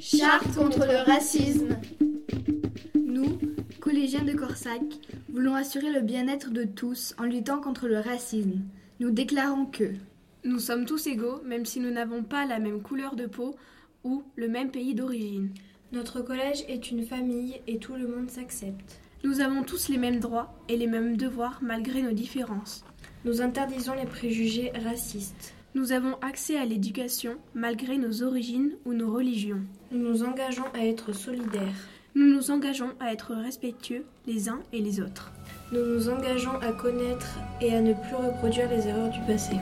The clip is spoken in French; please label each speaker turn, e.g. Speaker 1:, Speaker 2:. Speaker 1: Charte contre le racisme.
Speaker 2: Nous, collégiens de Corsac, voulons assurer le bien-être de tous en luttant contre le racisme. Nous déclarons que
Speaker 3: Nous sommes tous égaux, même si nous n'avons pas la même couleur de peau ou le même pays d'origine.
Speaker 4: Notre collège est une famille et tout le monde s'accepte.
Speaker 3: Nous avons tous les mêmes droits et les mêmes devoirs malgré nos différences.
Speaker 4: Nous interdisons les préjugés racistes.
Speaker 3: Nous avons accès à l'éducation malgré nos origines ou nos religions.
Speaker 4: Nous nous engageons à être solidaires.
Speaker 3: Nous nous engageons à être respectueux les uns et les autres.
Speaker 4: Nous nous engageons à connaître et à ne plus reproduire les erreurs du passé.